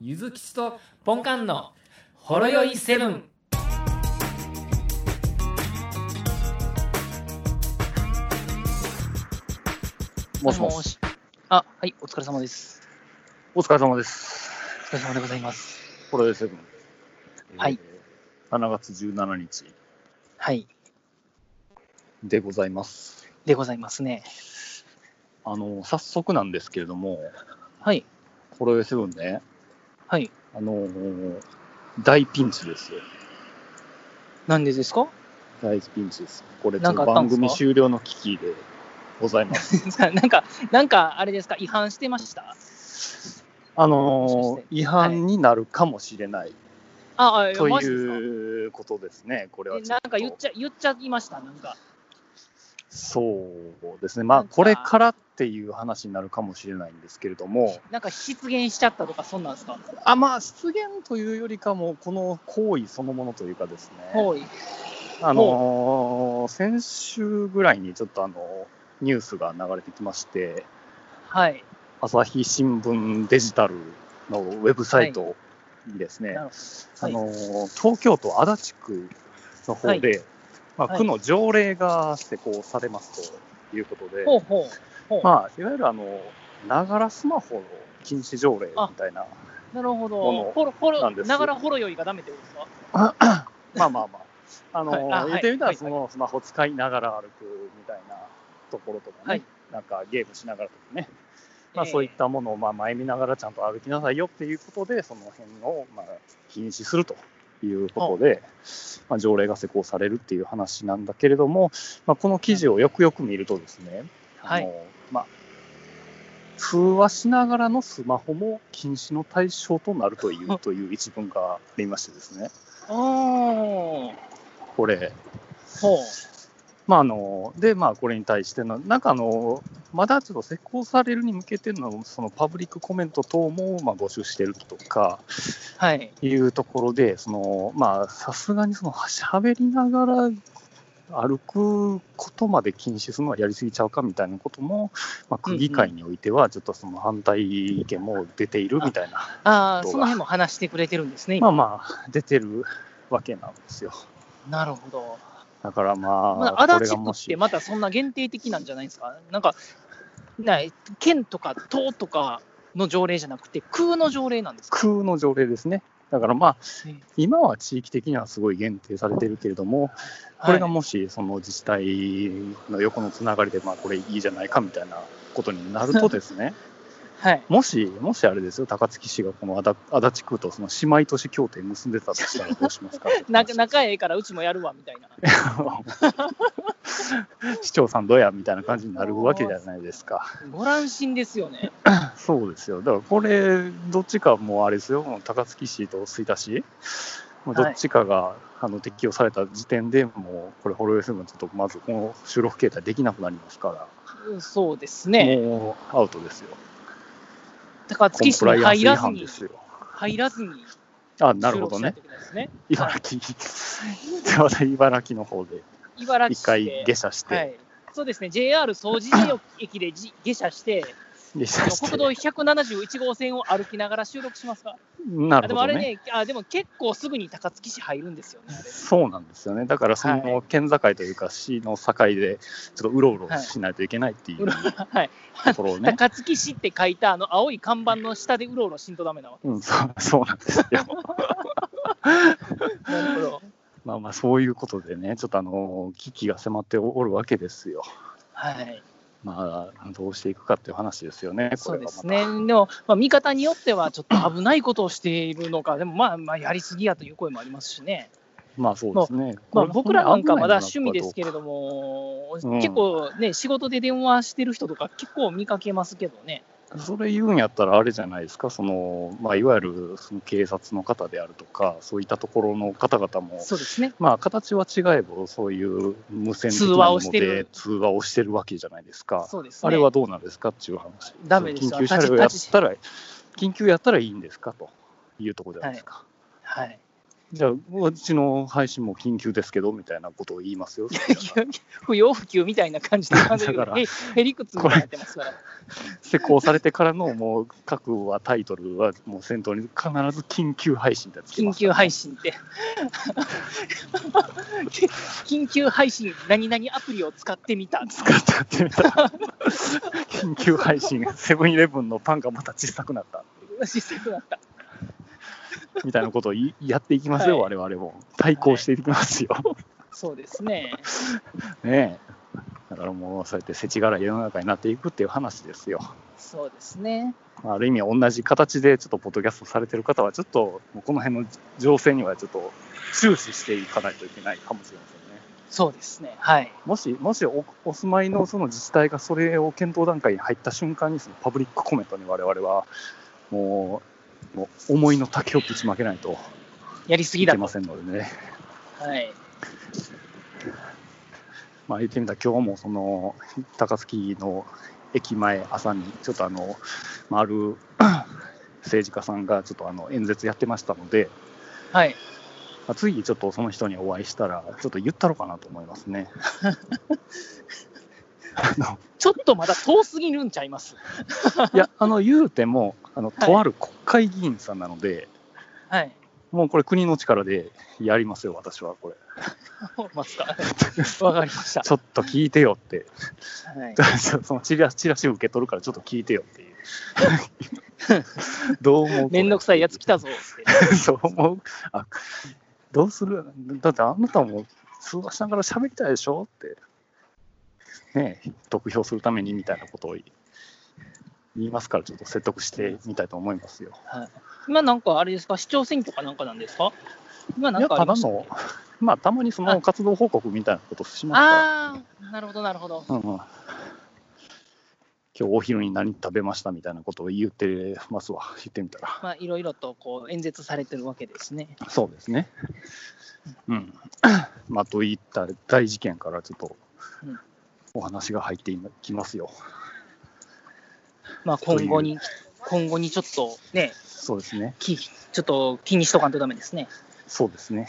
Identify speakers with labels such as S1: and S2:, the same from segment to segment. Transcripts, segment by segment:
S1: ゆずきちとポンカンのほろよいセブン。
S2: もしもし。
S3: あ、はい、お疲れ様です。
S2: お疲れ様です。
S3: お疲れ様でございます。
S2: ホロヨイセブン。
S3: はい
S2: えー。7月17日
S3: はい、
S2: でございます。
S3: でございますね。
S2: あの、早速なんですけれども、
S3: はい、
S2: ホロヨイセブンね、
S3: はい。
S2: あのー大ピンチですよ。
S3: なんでですか
S2: 大ピンチです。これ、ち
S3: な
S2: ょっ
S3: んか
S2: と
S3: あったん
S2: 番
S3: ですか
S2: 組終了の危機でござ います。
S3: なんか、なんか、あれですか、違反してました
S2: あ
S3: もしか
S2: のー
S3: して
S2: 違反になるかもしれない
S3: あ、あ、
S2: と
S3: マジですか
S2: いうことですね、これは
S3: え
S2: ちょっ
S3: な
S2: と。
S3: んか言っちゃ、言っちゃいました、なんか。
S2: そうですね、ま
S3: な
S2: あ、
S3: んか
S2: これからっていう話になるかもしれないんですけれども、
S3: なんか失言しちゃったとか、そんなんですか
S2: あまあ、失言というよりかも、この行為そのものというかですね、
S3: おい。
S2: あのー先週ぐらいにちょっとあのニュースが流れてきまして、
S3: はい。
S2: 朝日新聞デジタルのウェブサイトにですね、
S3: なる
S2: あ
S3: ほど。
S2: の
S3: はい。
S2: ー東京都足立区の方で、ま
S3: は
S2: あ、
S3: い
S2: 区の条例が施行されますということで。
S3: ほうほう。ほう。
S2: まあ、いわゆるあの、ながらスマホの禁止条例みたいな、
S3: なるほ
S2: もの
S3: ど。ほろ、ほ
S2: な
S3: ろ、
S2: んです
S3: ながらほろ酔いがダメってことですか
S2: まあまあまあ、あの、
S3: はいあ
S2: 言ってみた
S3: は
S2: ら、
S3: い
S2: そのスマホ使いながら歩くみたいなところとかね、
S3: はい
S2: なんかゲームしながらとかね、まあ、そういっ
S3: え
S2: たものをまあ前見ながらちゃんと歩きなさいよっていうことで、その辺をまあ禁止するということで、まあ、条例が施行されるっていう話なんだけれども、まあ、この記事をよくよく見るとですね、
S3: はい
S2: あのまあ、通話しながらのスマホも禁止の対象となると いうという一文がありましてですね、
S3: え。おー。
S2: これ、
S3: ほう。
S2: まああの、で、まあこれに対しての、なんかあの、まだちょっと施行されるに向けてのそのパブリックコメント等もまあ募集してるとか、
S3: はい。
S2: いうところで、そのまあさすがにそのしゃべりながら歩くことまで禁止するのはやりすぎちゃうかみたいなことも、まあ、区議会においては、ちょっとその反対意見も出ているみたいな、
S3: ああ、
S2: どうだ
S3: その辺も話してくれてるんですね、今
S2: まあまあ、出てるわけなんですよ。
S3: なるほど。
S2: だから
S3: ま
S2: ま
S3: だ
S2: あ、こ
S3: 足
S2: れ
S3: 立
S2: が
S3: 区
S2: も
S3: って
S2: し、
S3: またそんな限定的なんじゃないですか、なんか、ない県とか都とかの条例じゃなくて、空の条例なんですか。
S2: 空の条例ですね。だからまあ、今は地域的にはすごい限定されてるけれども、 これが
S3: はい
S2: もしその自治体の横のつながりで、まあ、これいいじゃないかみたいなことになるとで すね、
S3: はい、
S2: もし、もしあれですよ、高槻市がこの足立足立区とその姉妹都市協定結んでたとしたらどうしますか
S3: な仲ええからうちもやるわみたいな。
S2: 市長さんどうやみたいな感じになるわけじゃないですか。
S3: ご乱心ですよね。
S2: そうですよ。だからこれ、どっちかもうあれですよ、もう高槻市と吹田市、もうどっちかが、あの適用された時点でもう、これ、ホロウェイセブンちょっとまずこの収録形態できなくなりますか
S3: うんそうです
S2: ら、
S3: ね。
S2: もうアウトですよ。
S3: 高
S2: コン
S3: 槻市
S2: プラ
S3: に
S2: イアンス
S3: 入
S2: 違
S3: らず
S2: 反で
S3: に、
S2: すよ。
S3: 入らずに
S2: あ、な
S3: 収
S2: る
S3: 録
S2: ほど
S3: しない
S2: ね
S3: と。いけないですね。
S2: 茨城、 でまた茨城の方で。
S3: 茨城
S2: 一
S3: 市
S2: 回
S3: で
S2: 下車し
S3: は
S2: て、
S3: い、そうですね、JR 総除寺駅でじ下車して、
S2: 下
S3: あ
S2: 車
S3: の
S2: して
S3: 国道171号線を歩きながら収録しますか。
S2: な
S3: あ
S2: る
S3: で
S2: ほ
S3: もあ
S2: ど
S3: れ
S2: ね
S3: ねあ、でも結構すぐに高槻市入るんですよね、 あれ
S2: そうなんですよね。だからそ
S3: は
S2: の県境というか市の境でちょっとうろうろしないといけないっていう
S3: うろ
S2: と
S3: はい、
S2: ころを ね。
S3: 高槻市って書いたあの青い看板の下でうろうろしんとダメなわ
S2: うん、そうそう なんですよ。
S3: け。なるほど。
S2: まあまあそういうことでね、ちょっとあの危機が迫っておるわけですよ。
S3: はい、
S2: まあどうしていくかっていう話ですよね。こ
S3: そ
S2: れ
S3: うで
S2: はまた
S3: すね、でも、まあ、見方によっては、ちょっと危ないことをしているのか、でも、まあ、まあ、やりすぎやという声もありますしね、
S2: まあそうですね。
S3: まあ、
S2: これが
S3: 僕らなんかまだ
S2: 危ない
S3: 趣味
S2: のかどうか
S3: ですけれども、
S2: うん
S3: 結構ね、仕事で電話してる人とか、結構見かけますけどね、
S2: それ言うんやったら、あれじゃないですか、そのまあ、いわゆるその警察の方であるとか、そういったところの方々も、
S3: そうですね、
S2: まあ、形は違えば、そういう無線的
S3: 通話
S2: なも
S3: を
S2: の
S3: してる
S2: で通話をしてるわけじゃないですか。
S3: そうですね。
S2: あれはどうなんですかっていう話。
S3: ダメですよ
S2: 緊急車両やったら、緊急やったらいいんですかというところじゃないですか。
S3: はい
S2: じゃあ、うちの配信も緊急ですけどみたいなことを言いますよ。
S3: 不要不急みたいな感じで、
S2: だから
S3: へへりくつになってますから。
S2: 施工されてからのもう各はタイトルはもう先頭に必ず緊急配信ってつけま
S3: 緊
S2: す
S3: 急配信って。 緊急配信、何々アプリを使ってみた。
S2: 使ってやってみた 緊急配信セブンイレブンのパンがまた小さくなった
S3: 小さくなった。
S2: みたいなことをいやっていきますよ、
S3: は
S2: 我々も対抗していきますよ、
S3: そうですね。
S2: ねえだからもうそうやって世知辛い世の中になっていくっていう話ですよ
S3: そうですね。
S2: まあある意味同じ形でちょっとポッドキャストされてる方はちょっともうこの辺の情勢にはちょっと注視していかないといけないかもしれませんね
S3: そうですね。はい。
S2: もし、もしおお住まいのその自治体がそれを検討段階に入った瞬間に、そのパブリックコメントに我々は、もう、もう思いの丈をぶちまけないと
S3: やりすぎ
S2: い
S3: だ
S2: け
S3: と。
S2: ませんのでね。
S3: はい。
S2: まあ言ってみたら、今日もその、 高槻の駅前朝に、ちょっとあの、まあある 政治家さんがちょっとあの演説やってましたので、
S3: はい。
S2: まあ次ちょっとその人にお会いしたら、ちょっと言ったろかなと思いますね。 あの
S3: ちょっとまだ遠すぎるんちゃいます。
S2: いや、あの、言うても、あの、
S3: はい
S2: とある国会議員さんなので、
S3: はい。
S2: もうこれ国の力でやりますよ、私はこれ。
S3: マスター。 わかりました。
S2: ちょっと聞いてよって。
S3: はい。
S2: そのチラチラシ受け取るからちょっと聞いて よっていう。どう思う
S3: めんどくさいやつ来たぞって。
S2: た。 そう思う。あ、どうするだってあなたも通話しながら喋りたいでしょって。ねえ、得票するためにみたいなことを言い言いますから、ちょっと説得してみたいと思いますよ。
S3: 今なんかあれですか、市長選挙かなんかなんですか今ないん
S2: や、
S3: かあ
S2: た
S3: りま
S2: だ
S3: した
S2: の、まあ、たまにその
S3: あ
S2: 活動報告みたいなことしますから。
S3: ああ、なるほど、なるほど。
S2: うんうん、今日お昼に何食べましたみたいなことを言ってますわ、言ってみたら。
S3: まあ、いろいろとこう演説されてるわけですね。
S2: そうですね。うん。 まあ、といった大事件からちょっと
S3: うん
S2: お話が入ってきますよ。
S3: まあ、今後に、今後にちょっとね、
S2: そうですね。
S3: きちょっと気にしとかんとダメです ね。
S2: そうですね。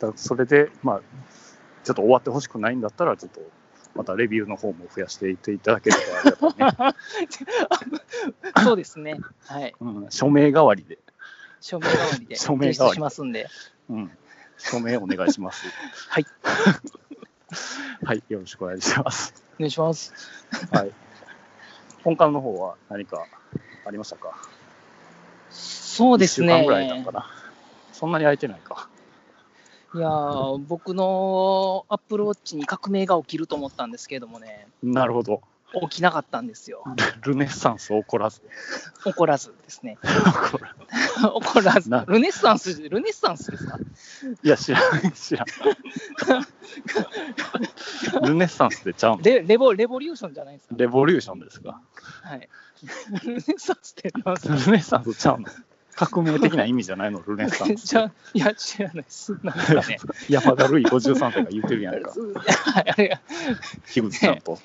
S2: だそれで、まあ、ちょっと終わってほしくないんだったら、ちょっとまたレビューの方も増やしていっていただければありがたいね。
S3: そうですね。はい。
S2: うん、署名代わりで、
S3: 署名代わりで
S2: 署
S3: 提
S2: 名
S3: 出
S2: 代わり
S3: しますんで。
S2: うん、署名お願いします。
S3: はい。
S2: はい、よろしくお願いします。
S3: お願いします。
S2: はい。本館の方は何かありましたか
S3: そうです
S2: 1週
S3: ね。
S2: 間ぐらいなんかな。そんなに空いてないか。
S3: いやー僕のアップルウォッチに革命が起きると思ったんですけれどもね、
S2: なるほど。
S3: 起きなかったんですよ。
S2: ルルネッサンス起こらず。
S3: 怒らずですね。
S2: 怒ら
S3: 怒らず
S2: な。
S3: ルネッサンス、ルネッサンスですか
S2: いや、知らない、知らない。ルネッサンスでちゃうん
S3: レレボレボリューションじゃないですか。
S2: レボリューションですか。
S3: はい。 ルネッサンスってなんです
S2: ルネッサンスちゃうの革命的な意味じゃないの、ルネッサ
S3: か
S2: ンス。
S3: じゃあいや、知らないです。なんですかね。
S2: 山田るい53世が言ってるやんか。
S3: はいあれ
S2: 樋口さんと。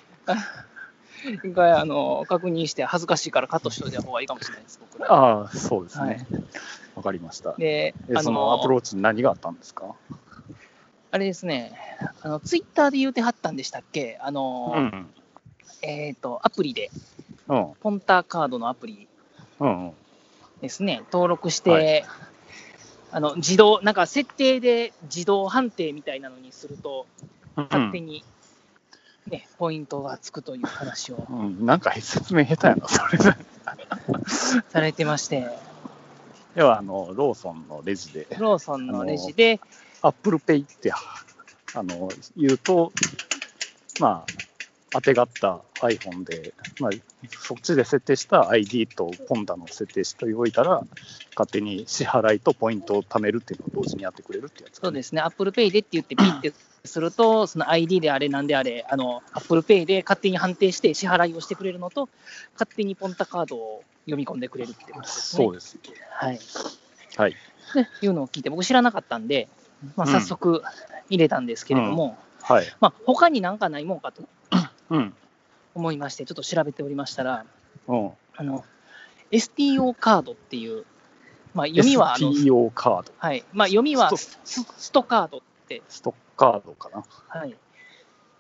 S3: 一回あの確認して恥ずかしいからカットしといた方がいいかもしれないです、僕ら。
S2: ああ、そうですね。わ、かりました。
S3: で、
S2: え
S3: あ
S2: そのアプロ
S3: の、
S2: ーチに何があったんですか
S3: あれですね、あのツイッターで言うてはったんでしたっけ、あの、
S2: ん。
S3: えっ、と、アプリで、
S2: うん。
S3: ポンターカードのアプリ
S2: うんうん。
S3: ですね、登録して、
S2: は
S3: あの自動、なんか設定で自動判定みたいなのにすると、勝手に、ねポイントがつくという話を
S2: うん、なんか説明下手やな、それ。
S3: されてまして、
S2: 要は、あの、ローソンのレジで、
S3: ローソンのレジで、
S2: アップルペイって、あの、言うと、まあ、当てがった iPhone で、まあ、そっちで設定した ID とポンダの設定しておいたら、勝手に支払いとポイントを貯めるっていうのを同時にやってくれるってやつか
S3: そ
S2: な、
S3: うですね、Apple Pay でって言って、ピッてすると、その ID であれなんであれ、あの Apple Pay で勝手に判定して支払いをしてくれるのと、勝手にポンタカードを読み込んでくれるってことですね。
S2: そうです。
S3: はい。
S2: はい。
S3: でいうのを聞いて、僕知らなかったんで、まあ、
S2: うん
S3: 早速入れたんですけれども、
S2: はい。
S3: まあ、他になんかないもんかと
S2: うん。
S3: 思いまして、ちょっと調べておりましたら、
S2: うん。
S3: あの、STO カードっていうまあ、読みは、あの、
S2: STO カード。
S3: はい。まあ、読みは
S2: ス
S3: ス、ストカードって、
S2: ストッカードかな。
S3: はい。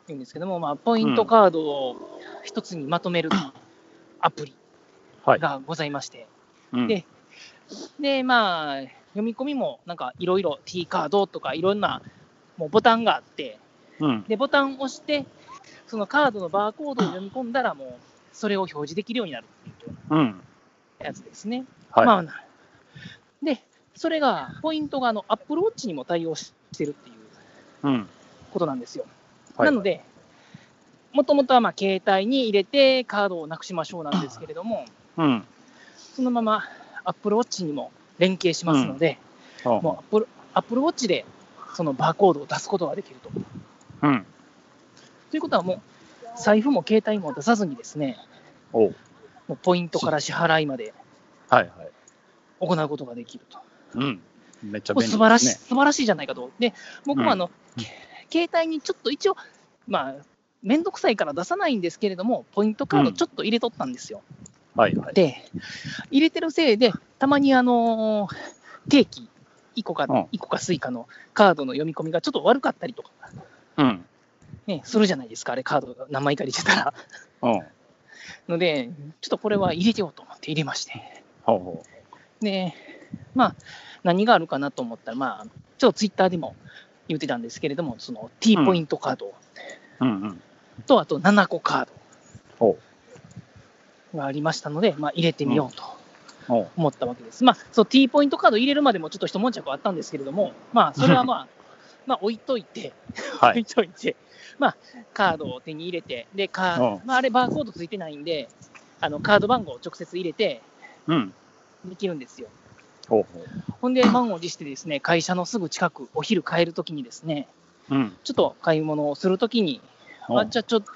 S3: 言うんですけども、まあ、ポイントカードを一つにまとめるアプリ
S2: はい。
S3: がございまして、
S2: うん
S3: でで、まあ、読み込みも、なんか、いろいろ T カードとか、いろんな、もうボタンがあって、
S2: うん。
S3: で、ボタンを押して、そのカードのバーコードを読み込んだら、もう、それを表示できるようになるっていうよ
S2: うん。
S3: うなやつですね。
S2: はい。
S3: まあ、で、それが、ポイントがあの Apple Watch にも対応してるっていう
S2: うん。
S3: ことなんですよ。
S2: はい
S3: なので、もともとはまあ携帯に入れてカードをなくしましょうなんですけれども、
S2: うん。
S3: そのまま Apple Watch にも連携しますので、
S2: うん
S3: もう Apple, Apple Watch でそのバーコードを出すことができると。
S2: うん。
S3: ということはもう、財布も携帯も出さずにですね、
S2: おう
S3: もうポイントから支払いまで
S2: はいはい。
S3: 行うことができると。
S2: うん。めっちゃ
S3: もう
S2: 便利ですね。
S3: 素晴らしい、素晴らしいじゃないかと。で、僕
S2: うん
S3: もあの、け携帯にちょっと一応、まあ、めんどくさいから出さないんですけれども、ポイントカードちょっと入れとったんですよ。
S2: はいはい。
S3: で、入れてるせいで、たまにあのー定期、イコか、
S2: うん
S3: イコかスイカのカードの読み込みがちょっと悪かったりとか、
S2: うん。
S3: ね、するじゃないですか、あれ、カードが何枚か入れてたら。
S2: うん。
S3: ので、ちょっとこれは入れてようと思って入れまして。
S2: ほうほ
S3: で、まあ、何があるかなと思ったら、まあ、ちょっとツイッターでも言ってたんですけれども、その T ポイントカード
S2: う。うんうん。
S3: と、あと7個カー
S2: ほ
S3: ドがありましたので、まあ、入れてみようと
S2: う。ほう。
S3: 思ったわけです。まあ、そう T ポイントカード入れるまでもちょっと一悶着はあったんですけれども、まあ、それ はまあ、まあ、置いといて、
S2: は
S3: 置
S2: い。
S3: いといて、まあ、カードを手に入れて、で、カー
S2: う
S3: まあ、あれ、バーコードついてないんで、あの、カード番号を直接入れて、
S2: うん。
S3: できるんですよ。
S2: ほうほ
S3: ほんで、満を持してですね、会社のすぐ近く、お昼帰るときにですね、
S2: う。うん。
S3: ちょっと買い物をするときに、
S2: う
S3: あ
S2: ん
S3: じゃあちょっと、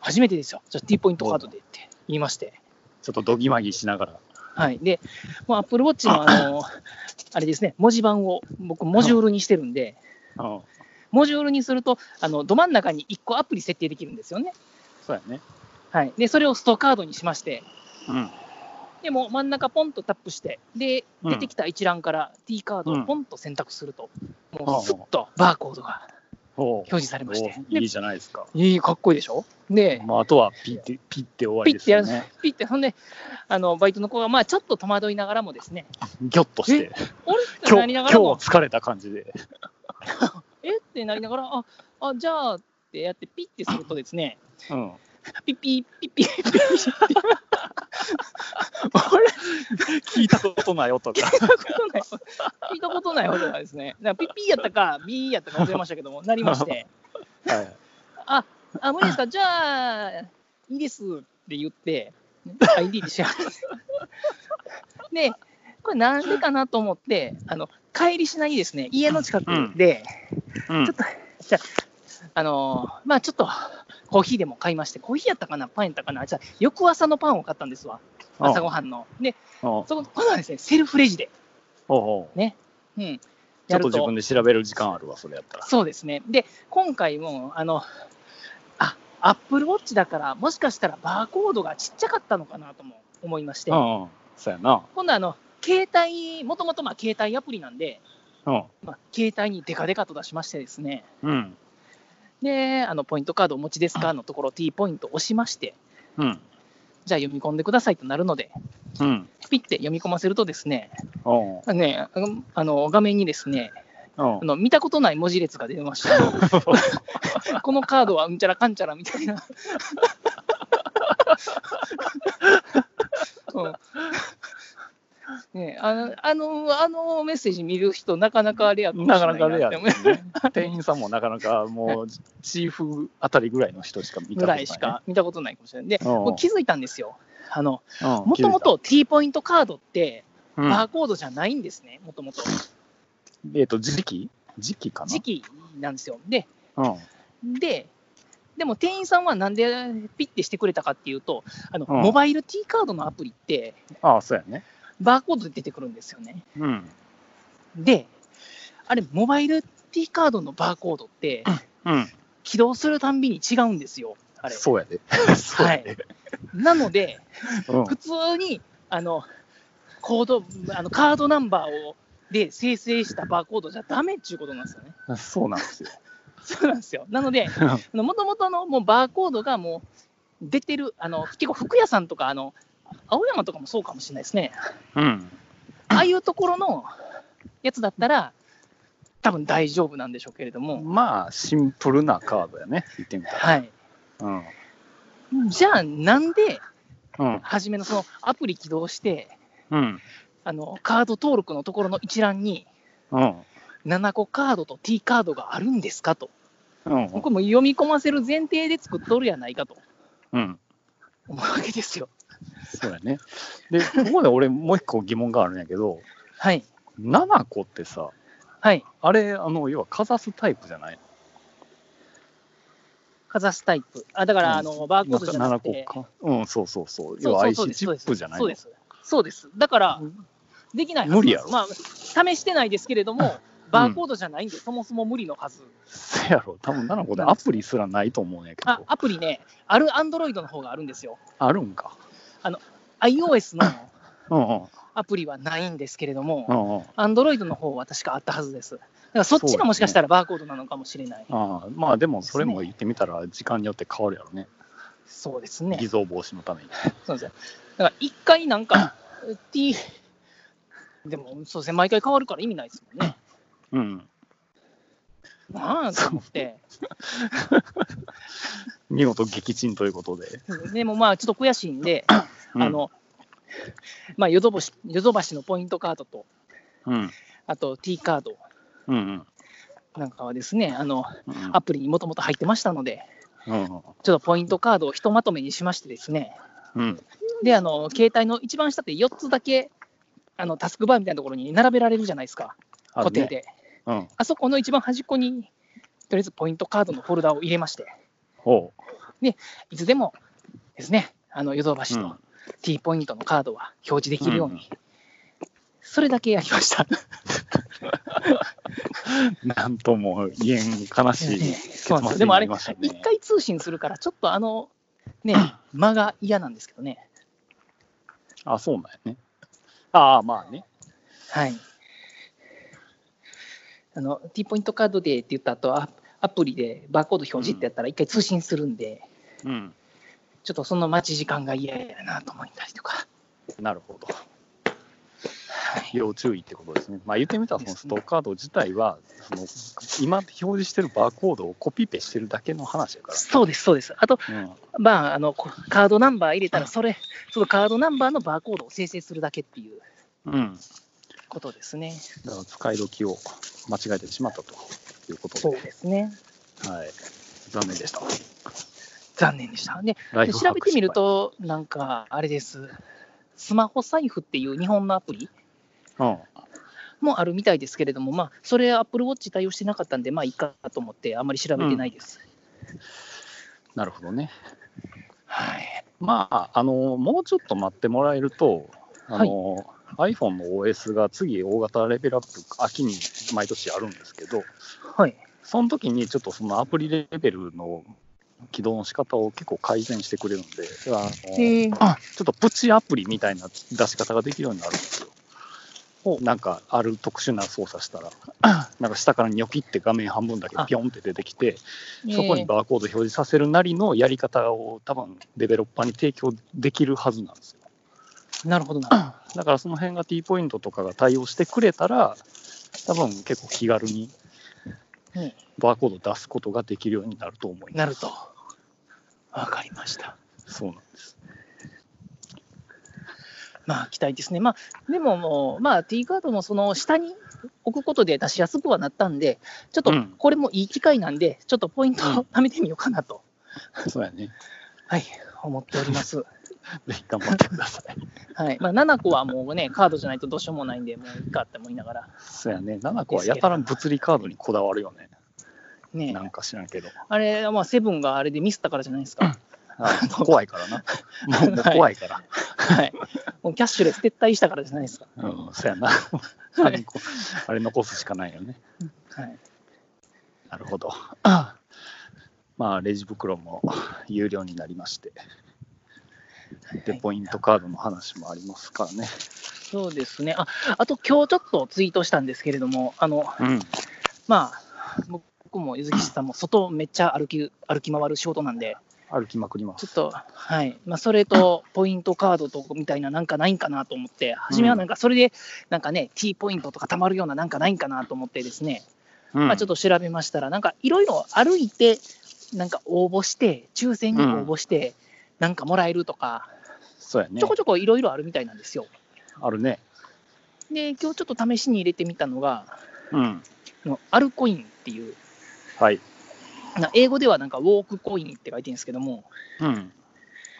S3: 初めてですよ、じゃあ T ポイントカードでって言いまして、
S2: ちょっとどぎまぎしながら。
S3: はい。で、もう Apple Watch のあの、あれですね、文字盤を僕、モジュールにしてるんで、
S2: うん。
S3: モジュールにすると、あの、ど真ん中に1個アプリ設定できるんですよね。
S2: そうやね。
S3: はい。で、それをストカードにしまして、
S2: うん。
S3: でもう真ん中ポンとタップして、で、
S2: うん
S3: 出てきた一覧から T カードをポンと選択すると、もうスッとバーコードが
S2: ほう。
S3: 表示されまして。
S2: おい
S3: で
S2: いじゃないですか。
S3: いい、かっこいいでしょで、
S2: まあ、あとはピッて、ピッて終わりですよ
S3: ピッて
S2: ね。
S3: ピッて、ほんで、あの、バイトの子が、まあ、ちょっと戸惑いながらもですね、
S2: ぎょっとして、
S3: おれって
S2: 今
S3: な
S2: 日、
S3: りな
S2: 今
S3: が
S2: 日
S3: らも、
S2: 疲れた感じで。
S3: えってなりながら、あ、あ、じゃあ、ってやって、ピッてするとですね、
S2: うん。
S3: ピッピッピッピッピッピッって、あれ
S2: 聞いたことない音
S3: 聞
S2: が。
S3: いたことない、聞いたことない音がですね、なんかピッピーやったか、ビーやったか忘れましたけども、なりまして、
S2: はい。
S3: あ、無理ですか、じゃあ、いいですって言って、ID で支払って。で、これなんでかなと思って、あの、帰りしなにですね、家の近くで、
S2: うん
S3: ちょっ。と、じゃあ、あのーまあちょっと、コーヒーでも買いまして、コーヒーやったかな、パンやったかな、じゃあ、翌朝のパンを買ったんですわ、朝ごはんの。で、
S2: うんうん
S3: そこ、今度はですね、セルフレジで、
S2: ほうほう
S3: うん、
S2: ちょ
S3: や
S2: っと
S3: る
S2: 自分で調べる時間あるわ、それやったら。
S3: そうですね。で、今回も、あの、あ、アップルウォッチだから、もしかしたらバーコードがちっちゃかったのかなとも思いまして、
S2: うんうん。そうやな。
S3: 今度はあの、携帯、もともとまあ携帯アプリなんで、
S2: うん。
S3: まあ、携帯にデカデカと出しましてですね、
S2: うん。
S3: で、あの、ポイントカードお持ちですかのところ、T ポイント押しまして、
S2: うん。
S3: じゃあ読み込んでくださいとなるので、
S2: うん。
S3: ピッて読み込ませるとですね、
S2: うん。
S3: ね、あのあの、画面にですね、
S2: うん
S3: あ。の見たことない文字列が出ました。 このカードはうんちゃらかんちゃらみたいな。うんねえあのあのあのメッセージ見る人、なかなかレアかもしれ
S2: なか
S3: な
S2: ないかレ
S3: な
S2: ア
S3: って
S2: で
S3: 思う
S2: すね。店員さんもなかなかもう、チーフあたりぐらいの人しか見たこと
S3: ぐ
S2: な
S3: ら
S2: い。
S3: いしか見たことないかもしれない。で、
S2: うん
S3: もう気づいたんですよ。あの
S2: うん。
S3: もともと T ポイントカードって、
S2: うん、
S3: バーコードじゃないんですね、もともと。
S2: えっと、時期時期かな
S3: 時期なんですよ。で、
S2: うん。
S3: で、でも店員さんはなんでピッてしてくれたかっていうと、あの
S2: うん
S3: モバイル T カードのアプリって、
S2: ああ、そうやね。
S3: バーコードで出てくるんですよね。
S2: うん。
S3: で、あれ、モバイル T カードのバーコードって、
S2: うん。
S3: 起動するたんびに違うんですよ、あれ。
S2: そうやで。そうやで。
S3: なので、
S2: うん
S3: 普通にあのコード、あのカードナンバーをで生成したバーコードじゃダメっていうことなんですよね。
S2: そうなんですよ。
S3: そうなんですよ。なので、もともとのもうバーコードがもう出てる、あの結構服屋さんとかあの、青山とかもそうかもしれないですね。
S2: うん。
S3: ああいうところのやつだったら、多分大丈夫なんでしょうけれども、
S2: まあ、シンプルなカードやね。言ってみたら。
S3: はい。
S2: うん。
S3: じゃあ、なんで、
S2: うん。
S3: 初めのそのアプリ起動して、
S2: うん。
S3: あのカード登録のところの一覧に、
S2: うん。
S3: 7個カードと T カードがあるんですかと、
S2: うん。
S3: 僕も読み込ませる前提で作っとるやないかと
S2: うん。
S3: 思うわけですよ。
S2: そうやね。で、ここで俺、もう一個疑問があるんやけど、
S3: はい、
S2: 7個ってさ、
S3: はい、
S2: あれ、あの、要はかざすタイプじゃない
S3: かざすタイプ。あだから、
S2: うん
S3: あのバーコードじゃなくて、
S2: 7個か。うん、そうそうそう。
S3: そ
S2: 要
S3: う
S2: は
S3: そうそう
S2: IC
S3: です
S2: チ
S3: そうで
S2: ッ
S3: す
S2: プじゃない
S3: そう
S2: の
S3: です、そうです。だから
S2: う、
S3: できないはず
S2: 無理やろ
S3: まあ、試してないですけれども、バーコードじゃないんで、そもそも無理のはず。
S2: せやろ、多分7個でアプリすらないと思うんやけ
S3: あ
S2: ど、
S3: アプリね、ある Android の方があるんですよ。
S2: あるんか。
S3: iOS の
S2: うんうん。
S3: アプリはないんですけれども、
S2: うんうん。
S3: Android の方は確かあったはずです。だからそっちがもしかしたらバーコードなのかもしれない。
S2: ああまあでもそれも言ってみたら時間によって変わるやろね
S3: そうですね。
S2: 偽造防止のために
S3: そうなんですよ。だから一回なんか、T、でもそうですね、毎回変わるから意味ないですもんね。
S2: うん
S3: なあと思って。
S2: 見事撃沈ということで、
S3: でもまあちょっと悔しいんで、
S2: うん
S3: あ、の、まあヨドボシヨドバシのポイントカードと、
S2: うん
S3: あと T カード
S2: うんうん
S3: なんかはですね、あの、
S2: うん
S3: アプリにもともと入ってましたので、
S2: うん
S3: ちょっとポイントカードをひとまとめにしましてですね、
S2: うん
S3: で、あの、携帯の一番下って4つだけ、あの、タスクバーみたいなところに並べられるじゃないですか、
S2: あ
S3: 固
S2: るね
S3: 定で。
S2: うん
S3: あそこの一番端っこに、とりあえずポイントカードのフォルダを入れまして、
S2: ほ
S3: いつでもですね、あの、ヨドバシ
S2: う
S3: の
S2: ん
S3: T ポイントのカードは表示できるように、
S2: うん
S3: それだけやりました。
S2: うなんとも言えん悲 しい結
S3: そうなんですよ
S2: 末に
S3: でも
S2: な
S3: あれ、
S2: りましたね
S3: 一回通信するから、ちょっとあの、ね、間が嫌なんですけどね。
S2: あそうなんやねああまあね
S3: はい。あの、T ポイントカードでって言った後、アアプリでバーコード表示ってやったら一回通信するんで、
S2: うん
S3: ちょっとその待ち時間が嫌やなと思ったりとか。
S2: なるほど
S3: はい。
S2: 要注意ってことですねまあ言ってみたらそのストーカード自体はその今表示してるバーコードをコピペしてるだけの話やか
S3: そうです、そうです。あと、
S2: ら、うん、
S3: まあ、あの、こカードナンバー入れたら、それ、そのカードナンバーのバーコードを生成するだけっていう
S2: うん、
S3: ことですね。
S2: だから使い時を間違えてしまったということで、
S3: ですね。
S2: はい、残念でした。
S3: 残念でした。で、
S2: ライ
S3: で
S2: フハ
S3: 調
S2: ッ
S3: べ
S2: ク
S3: てみると、なんか、あれです。スマホ財布っていう日本のアプリ
S2: 失敗、
S3: もあるみたいですけれども、まあ、それ、Apple Watch 対応してなかったんで、まあ、いいかと思って、あんまり調べてないです。
S2: うん、なるほどね。
S3: はい。
S2: まあ、あの、もうちょっと待ってもらえると、あの、iPhone の OS が次、大型レベルアップ、秋に毎年あるんですけど、
S3: はい。
S2: その時にちょっとそのアプリレベルの起動の仕方を結構改善してくれるんで、あのち
S3: へえ。
S2: ょっとプチアプリみたいな出し方ができるようになるんですよ。なんかある特殊な操作したら、なんか下からニョキって画面半分だけピョンって出てきて、そこにバーコード表示させるなりのやり方を多分デベロッパーに提供できるはずなんですよ。
S3: なるほどなるほど。
S2: だからその辺が T ポイントとかが対応してくれたら、多分結構気軽に
S3: うん
S2: バーコード出すことができるようになると思いま
S3: なると。わかりました。
S2: す。そうなんです。
S3: まあ、期待ですね。まあ、でももう、まあ、T カードもその下に置くことで出しやすくはなったんで、ちょっと
S2: うん
S3: これもいい機会なんで、ちょっとポイント
S2: うん
S3: を貯めてみようかなと、
S2: そうやね。
S3: はい、思っており ます。
S2: ぜひ頑張ってください。
S3: はい。まあ、7個はもうね、カードじゃないとどうしようもないんで、もういいかって思いながら。
S2: そうやね。7個はやたら物理カードにこだわるよね。
S3: ね
S2: なんか知らんけど。
S3: あれ、まあ、セブンがあれでミスったからじゃないですか。
S2: あ怖いか らな。もうもう怖いから。
S3: はい。もうキャッシュレス撤退したからじゃないですか。
S2: うん、そ うやな。あれこあれ残すしかないよね。
S3: はい。
S2: なる ほど。まあ、レジ袋も有料になりまして、で、ポイントカードの話もありますからね。
S3: そうですね。あ、あと今日ちょっとツイートしたんですけれども、あの、
S2: うん。
S3: まあ、僕も柚木さんも外めっちゃ歩き、歩き回る仕事なんで、
S2: 歩きまくりま
S3: ちょ
S2: す。
S3: っと、はい。まあ、それと、ポイントカードとみたいななんかないんかなと思って、初めはなんかそれで、なんかね、T ポイントとか貯まるようななんかないんかなと思ってですね、
S2: うん
S3: まあ、ちょっと調べましたら、なんかいろいろ歩いて、なんか応募して、抽選に応募して、なんかもらえるとか、
S2: そうやね
S3: ちょ。こちょこいろいろあるみたいなんですよ。
S2: あるね。
S3: で、今日ちょっと試しに入れてみたのが、
S2: うん。
S3: あのアルコインっていう、
S2: はい。
S3: な英語ではなんかウォークコインって書いてるんですけども、
S2: うん。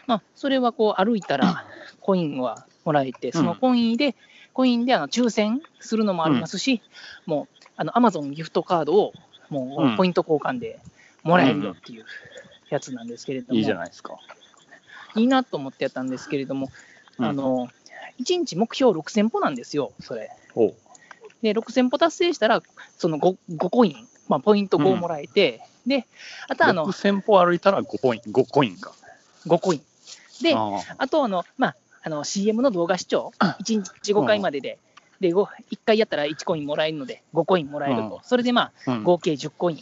S3: まあ、それはこう歩いたらコインはもらえて、そのコインで、コインであの抽選するのもありますし、もうあの Amazon ギフトカードをも
S2: うん
S3: うポイント交換でもらえるよっていうやつなんですけれども、
S2: いいじゃないですか。
S3: いいなと思ってやったんですけれども、
S2: うん
S3: あ、の1日目標6000歩なんですよ、それ。
S2: おう
S3: で、6000歩達成したら、その 5, 5コイン、まあ、ポイント
S2: う
S3: 5
S2: ん
S3: もらえて、で、あとはあの
S2: 6000歩歩いたら5コイン、5コインか。
S3: 5コイン。で、あ
S2: ああ
S3: とあの、まあ、あの CM の動画視聴、1日5回までで、でご1回やったら1コインもらえるので、5コインもらえると、
S2: う
S3: それでまあ、
S2: うん
S3: 合計10コイン、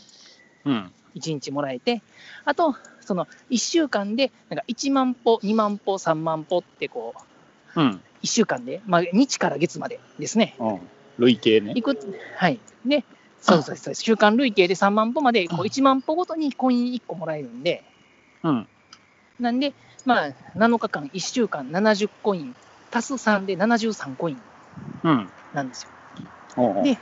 S2: うん。
S3: 1日もらえて、あと、その1週間で、なんか1万歩、2万歩、3万歩って、こう、
S2: うん。
S3: 1週間で、まあ、日から月までですね、
S2: うん。累計ね
S3: い。くはい。で、そうそうそう、週間累計で3万歩まで、こう1万歩ごとにコイン1個もらえるんで、
S2: うん。
S3: なんで、まあ、7日間、1週間70コイン、足す3で73コイン
S2: うん。
S3: なんですよ。
S2: おう
S3: で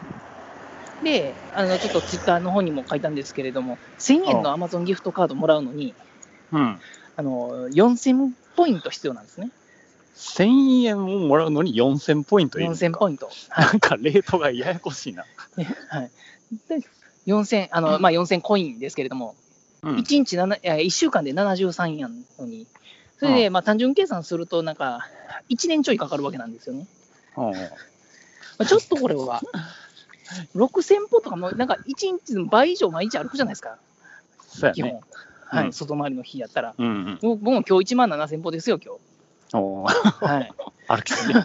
S3: で、あの、ちょっとツイッターの方にも書いたんですけれども、1000円の Amazon ギフトカードもらうのに、
S2: うん。
S3: あの、4000ポイント必要なんですね。
S2: 1000円をもらうのに4000ポイントいる。
S3: 4000ポイント。
S2: なんかレートがややこしいな。
S3: はい。で、4000、あの、まあ、4000コインですけれども、
S2: うん。
S3: 1日7、えー1週間で73やのに、それで、まあ、単純計算すると、なんか、1年ちょいかかるわけなんですよね。
S2: おう
S3: まあ、ちょっとこれは、6000歩とかも、なんか1日の倍以上毎日歩くじゃないですか、
S2: そう
S3: 基
S2: や
S3: 本。
S2: ね。
S3: はい、
S2: うん
S3: 外回りの日やったら。
S2: うんうん。
S3: 僕僕も今日1万7000歩ですよ、今
S2: おう
S3: 日。はい。
S2: 歩きすぎ。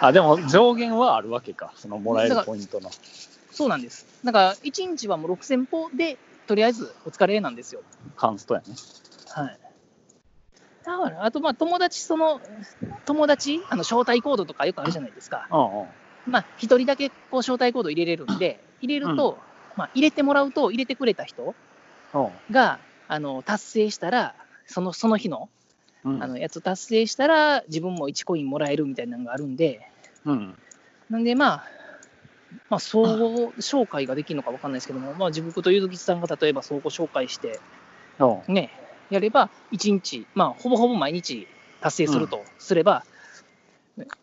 S2: あ、でも上限はあるわけか。そのもらえるポイントの。
S3: そうなんです。だから、1日はもう6000歩で、とりあえずお疲れなんですよ。
S2: カンストやね。
S3: はい。だから、あと、まあ、友達、その、友達、あの、招待コードとかよくあるじゃないですか。
S2: おう
S3: まあ、一人だけこう招待コード入れれるんで、入れると、まあ、入れてもらうと、入れてくれた人
S2: おう
S3: が、あの、達成したら、その、その日の、
S2: おううん
S3: あの、やつ達成したら、自分も1コインもらえるみたいなのがあるんで、
S2: うん。
S3: なんで、まあ、まあ、相互紹介ができるのかわかんないですけども、まあ、自分とゆずきさんが例えば相互紹介して、
S2: おう
S3: ね、やれば、1日、まあ、ほぼほぼ毎日達成するとすれば、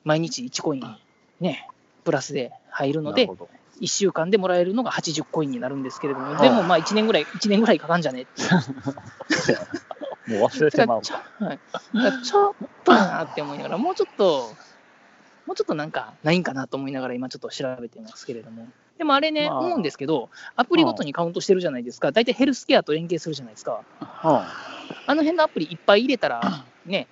S3: 毎日1コイン、ね、プラスで入るの
S2: なる
S3: で
S2: ほ、ど。
S3: 1週間でもらえるのが80コインになるんですけれども、
S2: あ
S3: でもまあ1年ぐらい、1年ぐらいかかんじゃねえ
S2: もう忘れてまう
S3: ちょ,、はい、だからちょっとなって思いながら、もうちょっと、もうちょっとなんかないんかなと思いながら、今ちょっと調べてますけれども。でもあれね、
S2: まあ
S3: 思うんですけど、アプリごとにカウントしてるじゃないですか、大体ヘルスケアと連携するじゃないですか。
S2: わ。
S3: あの辺のアプリいっぱい入れたら、ね、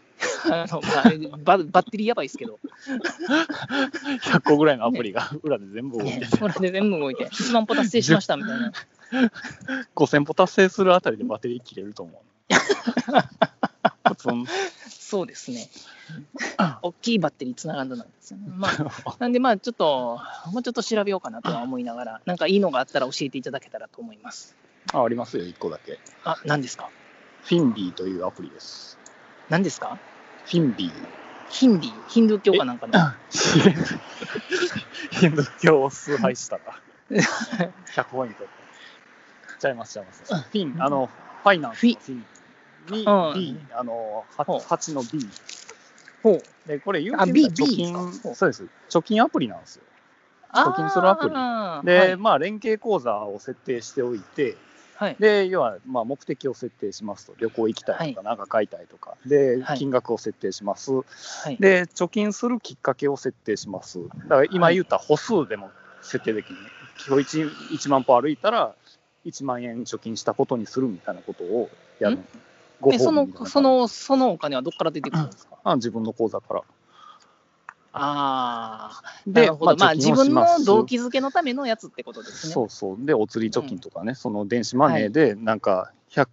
S3: あのまあ、ババッテリーやばいですけど、
S2: うん。100個ぐらいのアプリが裏で全部動いて
S3: ね
S2: て、
S3: ほらで全部動いて、1万歩達成しましたみたい な。
S2: 5000歩達成するあたりでバッテリー切れると思 う。そん
S3: そうですね。大きいバッテリーつながるなんですよね。まあ、なんで、まあ、ちょっと、もうちょっと調べようかなとは思いながら、なんかいいのがあったら教えていただけたらと思います。
S2: あ、ありますよ、1個だけ。
S3: あ、何ですか
S2: フィンディというアプリです。
S3: 何ですか
S2: フィンディ。
S3: ヒンディー、ヒンドゥー教かなんかの。
S2: ヒンドゥー教を崇拝したら、100ポイント。ちゃいます、ちゃいます。フィン、あの、ファイナンスのフィン。に、
S3: うん
S2: B、あの、
S3: ほう
S2: 8, 8の B。
S3: ほう。
S2: で、これ、言う
S3: あ
S2: て
S3: B
S2: みたら貯
S3: B ですか
S2: 金、そうです。貯金アプリなんですよ。
S3: あ
S2: 課金するアプリ
S3: リ
S2: で、
S3: はい。
S2: まあ、連携口座を設定しておいて、
S3: はい、
S2: で、要は、まあ、目的を設定しますと、旅行行きたいとか、なんか買いたいとか、で
S3: は、い
S2: 金額を設定します。
S3: はい
S2: で、貯金するきっかけを設定します。だから今言った歩数でも設定できる、今日 1, 1万歩歩いたら、1万円貯金したことにするみたいなことをやる
S3: ん。
S2: ご褒
S3: で
S2: 美
S3: その
S2: みたいな
S3: そのそのお金はどこから出てくるんですか
S2: あ自分の口座から。
S3: ああ、な
S2: で
S3: るほど。まあ、
S2: 貯
S3: 自
S2: 金をし
S3: 分
S2: ます
S3: の動機づけのためのやつってことですね。
S2: そうそう。で、お釣り貯金とかね、その電子マネーで、なんか、100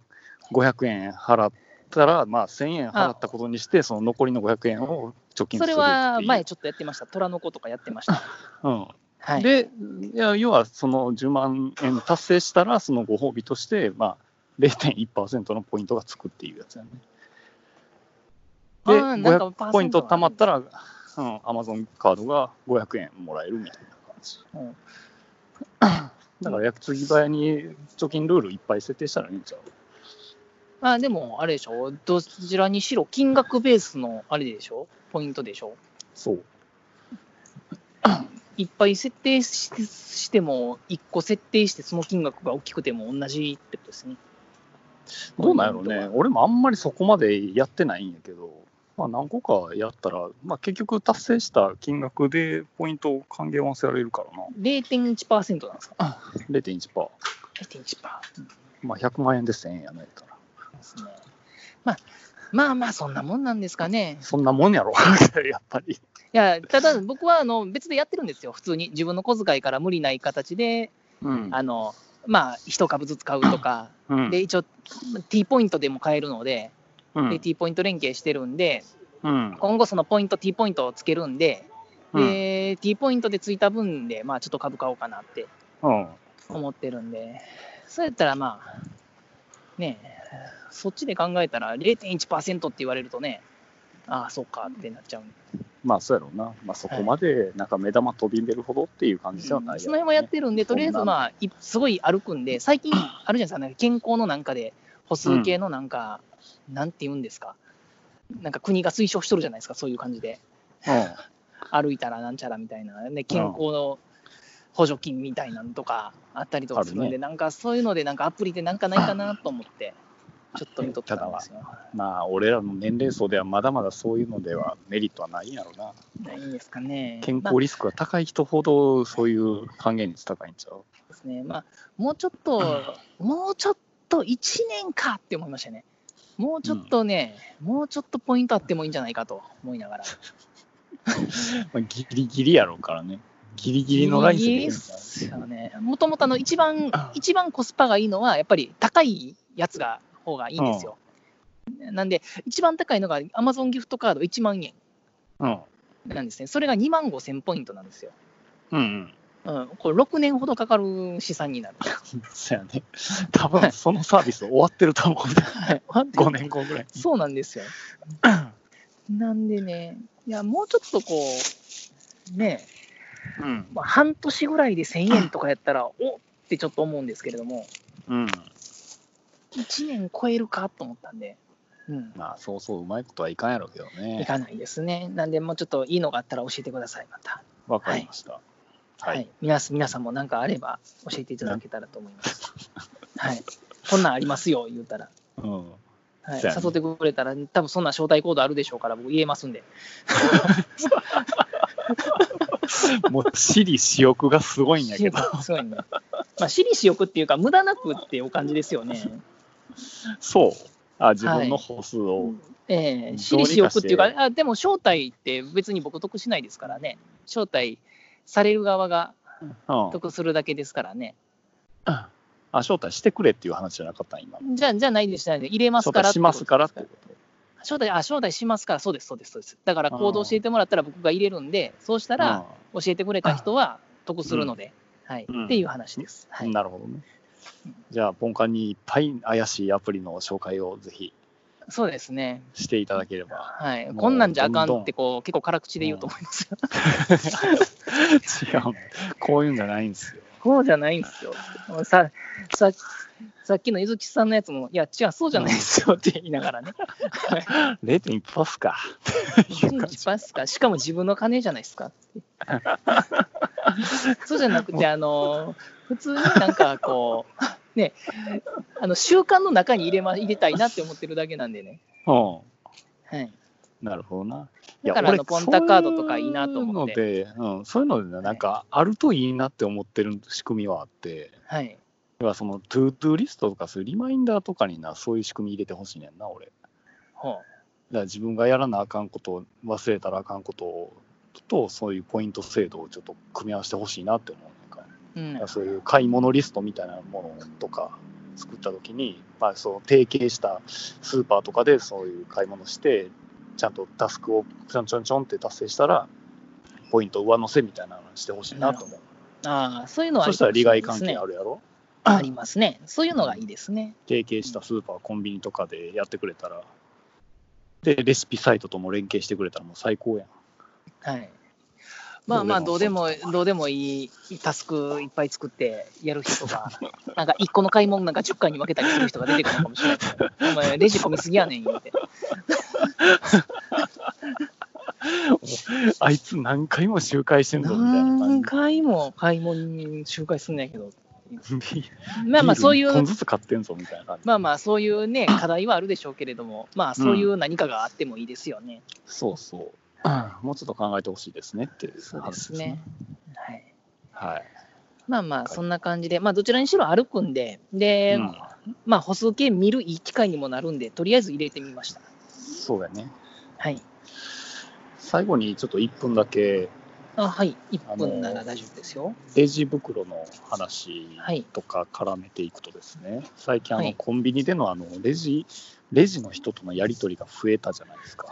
S2: 500円払ったら、まあ、1000円払ったことにして、その残りの500円を貯金するっていう。
S3: それは前ちょっとやってました。虎の子とかやってました。
S2: うん。
S3: はい。
S2: で、いや要は、その10万円達成したら、そのご褒美として、まあ、0.1%のポイントがつくっていうやつやね。
S3: あ
S2: で、
S3: ーなんかパーセントが
S2: 500ポイント貯まったら、うん、アマゾンカードが500円もらえるみたいな感じ。
S3: うん
S2: だから、焼き継ぎ早に貯金ルールいっぱい設定したらいいんちゃう
S3: まあ、でも、あれでしょ。どちらにしろ、金額ベースのあれでしょ。ポイントでしょ。
S2: そう。
S3: いっぱい設定ししても、1個設定して、その金額が大きくても同じってことですね。
S2: どうなんやろうね。俺もあんまりそこまでやってないんやけど、まあ何個かやったら、まあ結局達成した金額でポイントを還元はせられるからな。
S3: 0.1%なんですか
S2: 0.1%。
S3: ?0.1%。
S2: まあ100万円で1000円やないから。
S3: ですね。まあ、まあまあ、そんなもんなんですかね。
S2: そんなもんやろ、 やっぱり。
S3: いや、ただ僕はあの別でやってるんですよ、普通に。自分の小遣いから無理ない形で、
S2: うん
S3: あの、まあ、一株ずつ買うとか、
S2: うん
S3: で、一応、T ポイントでも買えるので、
S2: うん
S3: で、T ポイント連携してるんで、
S2: うん
S3: 今後そのポイント、T ポイントをつけるんで、
S2: うん
S3: で、T ポイントでついた分で、まあ、ちょっと株買おうかなって
S2: うん
S3: 思ってるんで、そうやったらまあ、ねえ、そっちで考えたら0.1%って言われるとね、ああ、そうかってなっちゃうんで
S2: まあそうやろうな。まあそこまでなんか目玉飛び出るほどっていう感じでは
S3: その
S2: ない
S3: 辺もやってるんで、とりあえず、まあ、いすごい歩くんで、最 近、あるじゃないですか、なんか健康のなんかで、歩数計のなんか、なんて言うんですか、なんか国が推奨しとるじゃないですか、そういう感じで、
S2: う
S3: 歩いたらなんちゃらみたいな、で健康の補助金みたいなのとかあったりとかするん
S2: あ
S3: で、
S2: る
S3: なんかそういうので、なんかアプリでなんかないかなと思って、ちょっと見とったんですよ。
S2: ん。まあ俺らの年齢層ではまだまだそういうのではメリットはないんやろうな。
S3: ないんですかね。
S2: 健
S3: まあ
S2: 康リスクが高い人ほどそういう還元率高いんちゃう
S3: ですね、まあ、もうちょっ と、もうちょっと1年かって思いましたね。もうちょっとね、もうちょっとポイントあってもいいんじゃないかと思いながら。
S2: まあ、ギリギリやろうからね。ギリギリのライン
S3: ギリギリっ
S2: です
S3: すよね。もともとあの一番、一番コスパがいいのは、やっぱり高いやつが、方がいいんですよ。なんで、一番高いのが Amazon ギフトカード1万円
S2: うん。
S3: なんですね。それが2万5千ポイントなんですよ。
S2: うんうん。
S3: うん、これ6年ほどかかる資産になる。
S2: そうやね。多分そのサービス終わってると思う。5年 後ぐらい。
S3: そうなんですよ。なんでね、いや、もうちょっとこう、ね、
S2: うん。
S3: まあ、半年ぐらいで1000円とかやったら、おってちょっと思うんですけれども、
S2: うん。
S3: 1年超えるかと思ったんで、うん、
S2: まあそうそう、うまいことはいかんやろうけど
S3: い
S2: ね。
S3: かないですね。なんで、もうちょっといいのがあったら教えてください、また。
S2: わかりました。
S3: は。
S2: はいい。
S3: 皆さん皆さんも何かあれば教えていただけたらと思い ます。はい。こんなんありますよ、言うたら。
S2: うん。
S3: はい、
S2: そうやね
S3: 誘ってくれたら、多分そんな招待コードあるでしょうから、僕言えますんで。
S2: もう、私利私欲がすごいんや
S3: シ
S2: け
S3: リ
S2: ど、
S3: すごいね。まあ、私利私欲っていうか、無駄なくっていう感じですよね。
S2: そう。あ、自分の歩数を。
S3: え
S2: どう
S3: え私利
S2: にかして
S3: 私欲っていうか、あでも招待って別に僕得しないですからね。招待される側が
S2: うん。
S3: 得するだけですからね。
S2: あ、招待してくれっていう話じゃなかった、今。
S3: じゃあ、じゃあないです、じゃないです。入れます
S2: 招
S3: か
S2: 待
S3: ら。
S2: しますからってこ
S3: 招待、あ、招待しますから、そうです、そうです、そうです。だから行動教えてもらったら僕が入れるんで、そうした
S2: と。
S3: ら教えてくれた人は得するので、はい、
S2: うん
S3: っていう話です。はい。
S2: なるほどね。じゃあ、ポンカンにいっぱい怪しいアプリの紹介をぜひ
S3: そうですね。
S2: していただけれ ば。
S3: はい。
S2: もう
S3: こんなんじゃあか
S2: ど
S3: ん
S2: んど
S3: っ
S2: ん
S3: て、こう、結構辛口で言うと思いますよ。
S2: 違う。こういうんじゃないんですよ。
S3: こうじゃないんですよ。さ、さ、さっきのゆずきさんのやつも、いや、違う、そうじゃないですよって言いながらね。
S2: 0.1パスか。
S3: 1パスか、 しかも自分の金じゃないですか。そうじゃなくて、あの、普通になんかこう、ね、あの習慣の中に入れ,、ま、入れたいなって思ってるだけなんでね。
S2: うん。
S3: はい。
S2: なるほどな。
S3: だからあの
S2: いや
S3: ポ
S2: 俺
S3: ンタカードとかいいなと思って
S2: そういうので、うん、そういうのでな、なんかあるといいなって思ってる仕組みはあって、
S3: はい。
S2: 要はそのトゥートゥーリストとかそういうリマインダーとかにな、そういう仕組み入れてほしいねんな、俺。だか
S3: は
S2: ら自分がやらなあかんこと、忘れたらあかんことと、そういうポイント制度をちょっと組み合わせてほしいなって思うねんか。
S3: あうん
S2: だからそういう買い物リストみたいなものとか作った時に、まあ、その提携したスーパーとかでそういう買い物してちゃんとタスクをちょんちょんちょんって達成したらポイント上乗せみたいなのしてほしいなと思う
S3: ああ、そういうのはあ
S2: そ
S3: り
S2: したら利害
S3: かも
S2: 関
S3: しれないですね
S2: 係あるやろ
S3: ありますね。そういうのがいいですね。
S2: 提携したスーパーコンビニとかでやってくれたらでレシピサイトとも連携してくれたらもう最高やん
S3: はい。まあまあ、どうでも、どうでもいいタスクいっぱい作ってやる人が、なんか1個の買い物なんか10回に分けたりする人が出てくるのかもしれないですね。お前、レジ込みすぎやねん、言うて。
S2: あいつ何回も集会してんぞみたいな
S3: 何
S2: 感じ
S3: 回も買い物に周回すんねんやけど。
S2: ビール
S3: まあまあ、そうい
S2: 一本
S3: う、
S2: ずつ買ってんぞみたいな感じ
S3: まあまあ、そういうね、課題はあるでしょうけれども、まあ、そういう何かがあってもいいですよね。
S2: そうそう。もうちょっと考えてほしいですねっていう
S3: そう
S2: 話
S3: で
S2: ですす
S3: ね
S2: ね。。
S3: はい。
S2: はい。
S3: まあまあ、そんな感じで、まあ、どちらにしろ歩くんで、で、
S2: うん、
S3: まあ、歩数計見るいい機会にもなるんで、とりあえず入れてみました。
S2: そうやね。
S3: はい。
S2: 最後にちょっと1分だけ
S3: あはい、
S2: あ
S3: 1
S2: の
S3: 分なら大丈夫ですよ。
S2: レジ袋の話
S3: はい
S2: とか絡めていくとですね、最近あ
S3: は
S2: の
S3: い
S2: コンビニでのあのレジ、レジの人とのやり取りが増えたじゃないですか。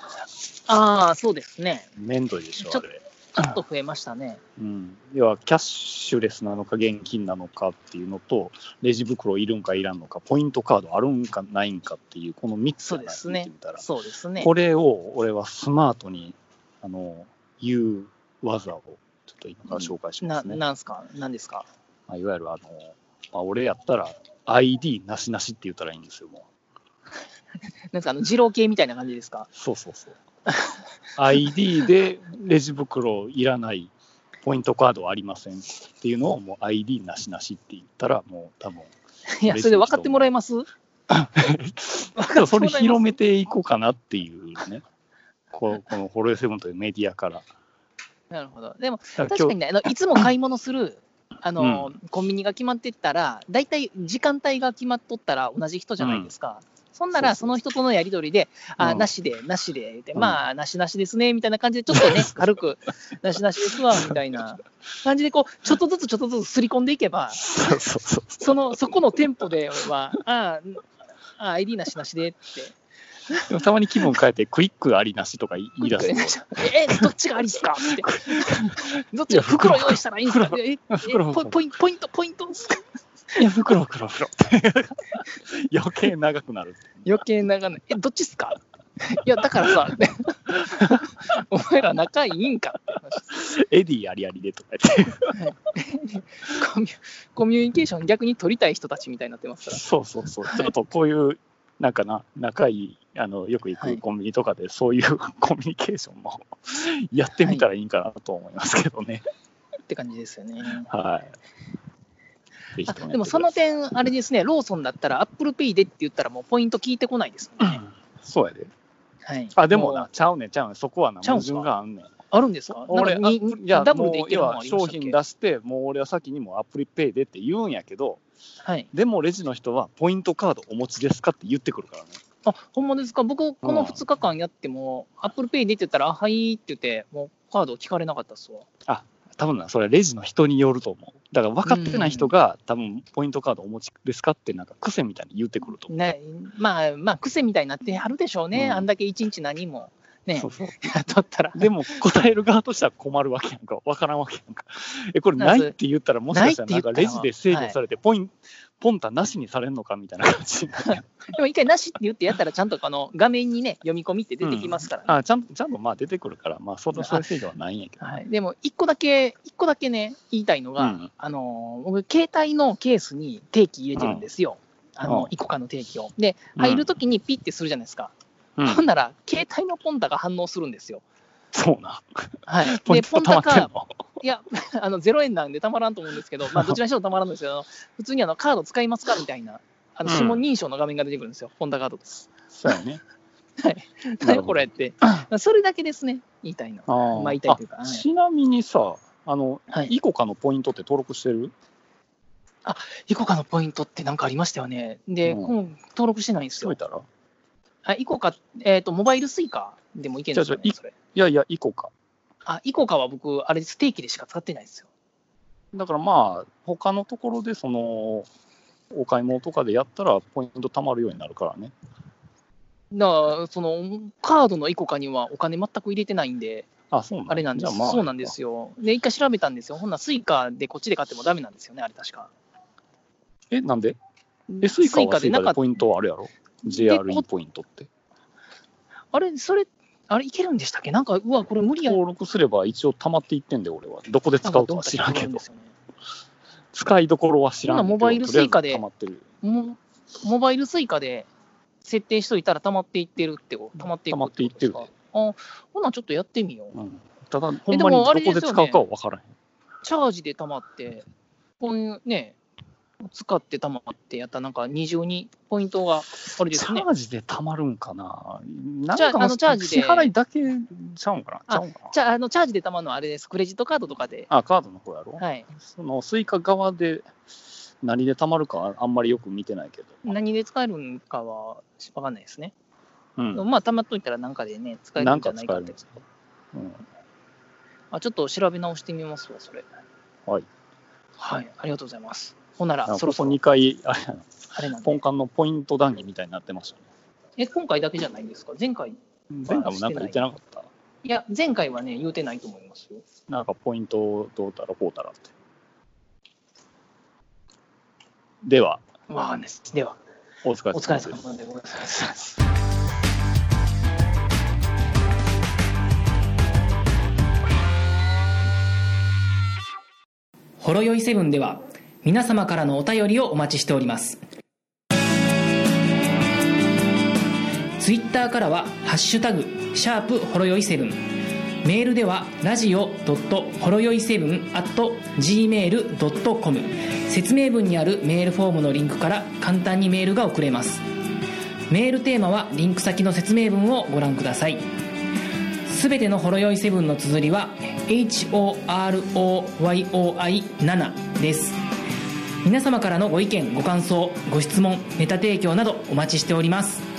S3: ああ、そうですね。
S2: めんどいでしょ、
S3: ちょ
S2: あれ。
S3: ちょっと増えましたね。
S2: うん、要はキャッシュレスなのか現金なのかっていうのと、レジ袋いるんかいらんのか、ポイントカードあるんかないんかっていう、この3つ
S3: そう
S2: が
S3: です
S2: 見
S3: ね
S2: てみたら。。
S3: そうですね。
S2: これを俺はスマートにあの言う技をちょっと今から紹介しま
S3: な
S2: すね。
S3: なんすかなんですか
S2: まあ、いわゆるあの、まあ、俺やったら ID なしなしって言ったらいいんですよ、もう。
S3: なんですかあの、二郎系みたいな感じです か
S2: そうそう そう。ID でレジ袋いらない、ポイントカードはありませんっていうのをもう ID なしなしって言ったらもう多分。
S3: いや、それで分かってもらえます
S2: でもそれ広めていこうかなっていうね。ここのホロヨセブンというメディアから。
S3: なるほど。でも、
S2: だら
S3: 確
S2: 今
S3: かに
S2: 日
S3: ね、あのいつも買い物する、 あの、コンビニが決まってったら、大体時間帯が決まっとったら同じ人じゃないですか。そんなら、
S2: そ
S3: そう
S2: そ
S3: の
S2: う
S3: 人とのやり取りで、あ、
S2: うん
S3: なしで、なしで、言って
S2: うん
S3: まあ、なしなしですね、みたいな感じで、ちょっと ね、軽く、なしなしですわ、みたいな感じで、こう、ちょっとずつちょっとずつすり込んでいけば、
S2: そうそうそう。
S3: その、そこの店舗では、ああ、ID なしなしでって。
S2: でもたまに気分変えて、クイックありなしとか言い出すと、
S3: え、どっちがありっす かって。どっちが袋用意したらいいんですかええ
S2: 袋
S3: ポイポイント、ポイント、ポイントっすか
S2: いや、袋、袋、袋って、余計長くなる。
S3: 余計長ない。え、どっちっすかいや、だからさ、 お前ら仲いいんかって話
S2: エディありありでとか言って、
S3: コミュ。コミュニケーション逆に取りたい人たちみたいになってますから。
S2: そうそうそう、ちょっとこういう、なんかな、仲いい、あのよく行
S3: は
S2: く
S3: い
S2: コンビニとかで、そういうコミュニケーションも やってみたらいいんかなと思いますけどね。
S3: って感じですよね。
S2: はい。ぜひ
S3: あ
S2: ともやってください
S3: でもその点、あれですね、ローソンだったら、アップルペイでって言ったら、もうポイント聞いてこないですもんね。
S2: そうやで。
S3: はい、
S2: あ、でもな
S3: う、
S2: ちゃうねんちゃうねんそこはな、
S3: ちゃうん
S2: 矛
S3: すか
S2: 盾があんねん。
S3: あるんですか
S2: 俺、
S3: な
S2: あ
S3: んかに
S2: いや、
S3: ダブルでい
S2: もう
S3: ける
S2: 要
S3: のも
S2: は
S3: ありました
S2: 商
S3: っけ
S2: 品出して、もう俺は先にもうアプリペイでって言うんやけど、
S3: はい。
S2: でもレジの人は、ポイントカードお持ちですかって言ってくるからね。
S3: あ、ほんまですか僕、この2日間やっても、アップルペイでって言ったら、あ、はいって言って、もうカード聞かれなかったっすわ。
S2: 多分な、それはレジの人によると思う。だから分かってない人が、多分ポイントカードお持ちですかって、なんか癖みたいに言ってくると思う。
S3: ね、まあまあ癖みたいになってはるでしょうね、
S2: うん
S3: あんだけ一日何もね
S2: そうそう
S3: やっとったら
S2: でも答える側としては困るわけやんか、分からんわけやんか。え、これ
S3: な
S2: なんいって言ったら、もしかしたらなんか
S3: ない
S2: レ
S3: って言った
S2: ジ
S3: ら
S2: で制御されて、ポイン、ポンタなしにされるのかみたいな感じ。
S3: でも一回なしって言ってやったらちゃんとこの画面にね読み込みって出てきますからね、
S2: あ、ちゃんと、ちゃんとまあ出てくるから、まあ、そのそういう制御はないんやけど。
S3: はい、でも一個だけ一個だけね言いたいのが、
S2: うん
S3: あの僕携帯のケースに定期入れてるんですよ、あ
S2: うん
S3: のい個かの定期をで
S2: うん
S3: 入るときにピッてするじゃないですか、
S2: うん
S3: ほんなら携帯のポンタが反応するんですよ、
S2: そうな。
S3: はい、
S2: ポイン
S3: で
S2: ト溜まってん
S3: か
S2: の。
S3: いや、 あの0円なんでたまらんと思うんです けど、まあ、どちらにしろたまらんですけど、普通にあのカード使いますかみたいな、あの
S2: うん
S3: 指紋認証の画面が出てくるんですよ、ホンダカードです。
S2: そうやね。ほど
S3: 何これって、まあそれだけですね、言いたいの。
S2: あー
S3: まあ言いたいというか
S2: あ
S3: はい
S2: ちなみにさ、あの、
S3: はい、
S2: イコカのポイントって登録してる
S3: イコカのポイントってなんかありましたよね。で、
S2: うん
S3: この登録してないんです
S2: 解
S3: よ
S2: い。たら
S3: あ、イコカ、えっ、と、モバイルスイカでもいけるんですよ、ね
S2: じゃあじゃあい。
S3: それ
S2: いやいや、イコか。
S3: あ、イコカは僕、あれ、ステーキでしか使ってないんですよ。
S2: だからまあ、他のところで、その、お買い物とかでやったら、ポイント貯まるようになるからね。
S3: だから、その、カードのイコカにはお金全く入れてないんで、
S2: あ、そうなん
S3: あれなんです、そうなんで。
S2: じ
S3: すよ。で、一回調べたんですよ。ほんならスイカでこっちで買ってもダメなんですよね、あれ確か。
S2: ゃあまあえ、なんでえ、スイカはスイ
S3: な
S2: カ
S3: か
S2: で
S3: った
S2: ポイントはあるやろ
S3: で
S2: ?JRE
S3: こ
S2: ポイントって。
S3: あれ、それ、あれ、いけるんでしたっけなんか、うわ、これ無理や
S2: 登録すれば一応溜まっていってんで、俺は。どこで使うかは知らんけど。
S3: すよね。
S2: 使いどころは知らんけ
S3: ほ
S2: ど。
S3: んならモバイルスイカで
S2: とりあえず溜まってる。
S3: モモバイルスイカで設定しといたら溜まっていってるってこと溜まっていく
S2: 溜まっていってる
S3: ことですかあほなちょっとやってみよう。
S2: うん。ただ、ほん
S3: で
S2: まにど
S3: もあ
S2: こ
S3: れですよ
S2: で
S3: ね
S2: 使うかは分からへん。
S3: チャージで溜まって、こういうね、使って溜まってやったらなんか二重にポイントがあれで
S2: チ
S3: す
S2: ャ
S3: よね。
S2: ージで貯まるんかななん
S3: じゃ
S2: か
S3: ああのチャージで
S2: 支払いだけちゃうんかなち
S3: あ
S2: ゃうんかな
S3: じゃあ、あのチャージで溜まるのはあれです。クレジットカードとかで。
S2: あ、カードの方やろ、
S3: はい。
S2: そのスイカ側で何で貯まるかはあんまりよく見てないけど。
S3: 何で使えるんかはわかんないですね。
S2: うん。
S3: まあ、溜まっといたらなんかでね、使え
S2: な
S3: る
S2: ん
S3: んじ
S2: か
S3: ゃな
S2: 使
S3: い
S2: え
S3: か
S2: る
S3: っ
S2: ん
S3: て
S2: ですか、うん、
S3: あ、ちょっと調べ直してみますわ、それ。
S2: はい。
S3: はい、ありがとうございます。ほんな
S2: なん
S3: ら、
S2: か
S3: そろ
S2: こ
S3: そ
S2: こ
S3: ろ
S2: 2回、あれやな
S3: あれなん
S2: ポン
S3: で。
S2: カンのポイント談義みたいになってましたね。
S3: え、今回だけじゃないんですか前回、
S2: 前回もなんか言ってなかった。
S3: いや、前回はね、言うてないと思いますよ。
S2: なんかポイントどうたらこうたらって。では、
S3: わかんないです。では、
S2: お疲れ様
S3: お疲れ
S2: です。
S3: 様でございます。
S1: ほろよいセブンでは皆様からのお便りをお待ちしておりますツイッターからは「ハッシュタグシャープほろよいセブン」メールではラジオほろよい7 gmail.com 説明文にあるメールフォームのリンクから簡単にメールが送れますメールテーマはリンク先の説明文をご覧くださいすべてのほろ酔いセブンの綴りは HOROYOI7 です皆様からのご意見ご感想ご質問ネタ提供などお待ちしております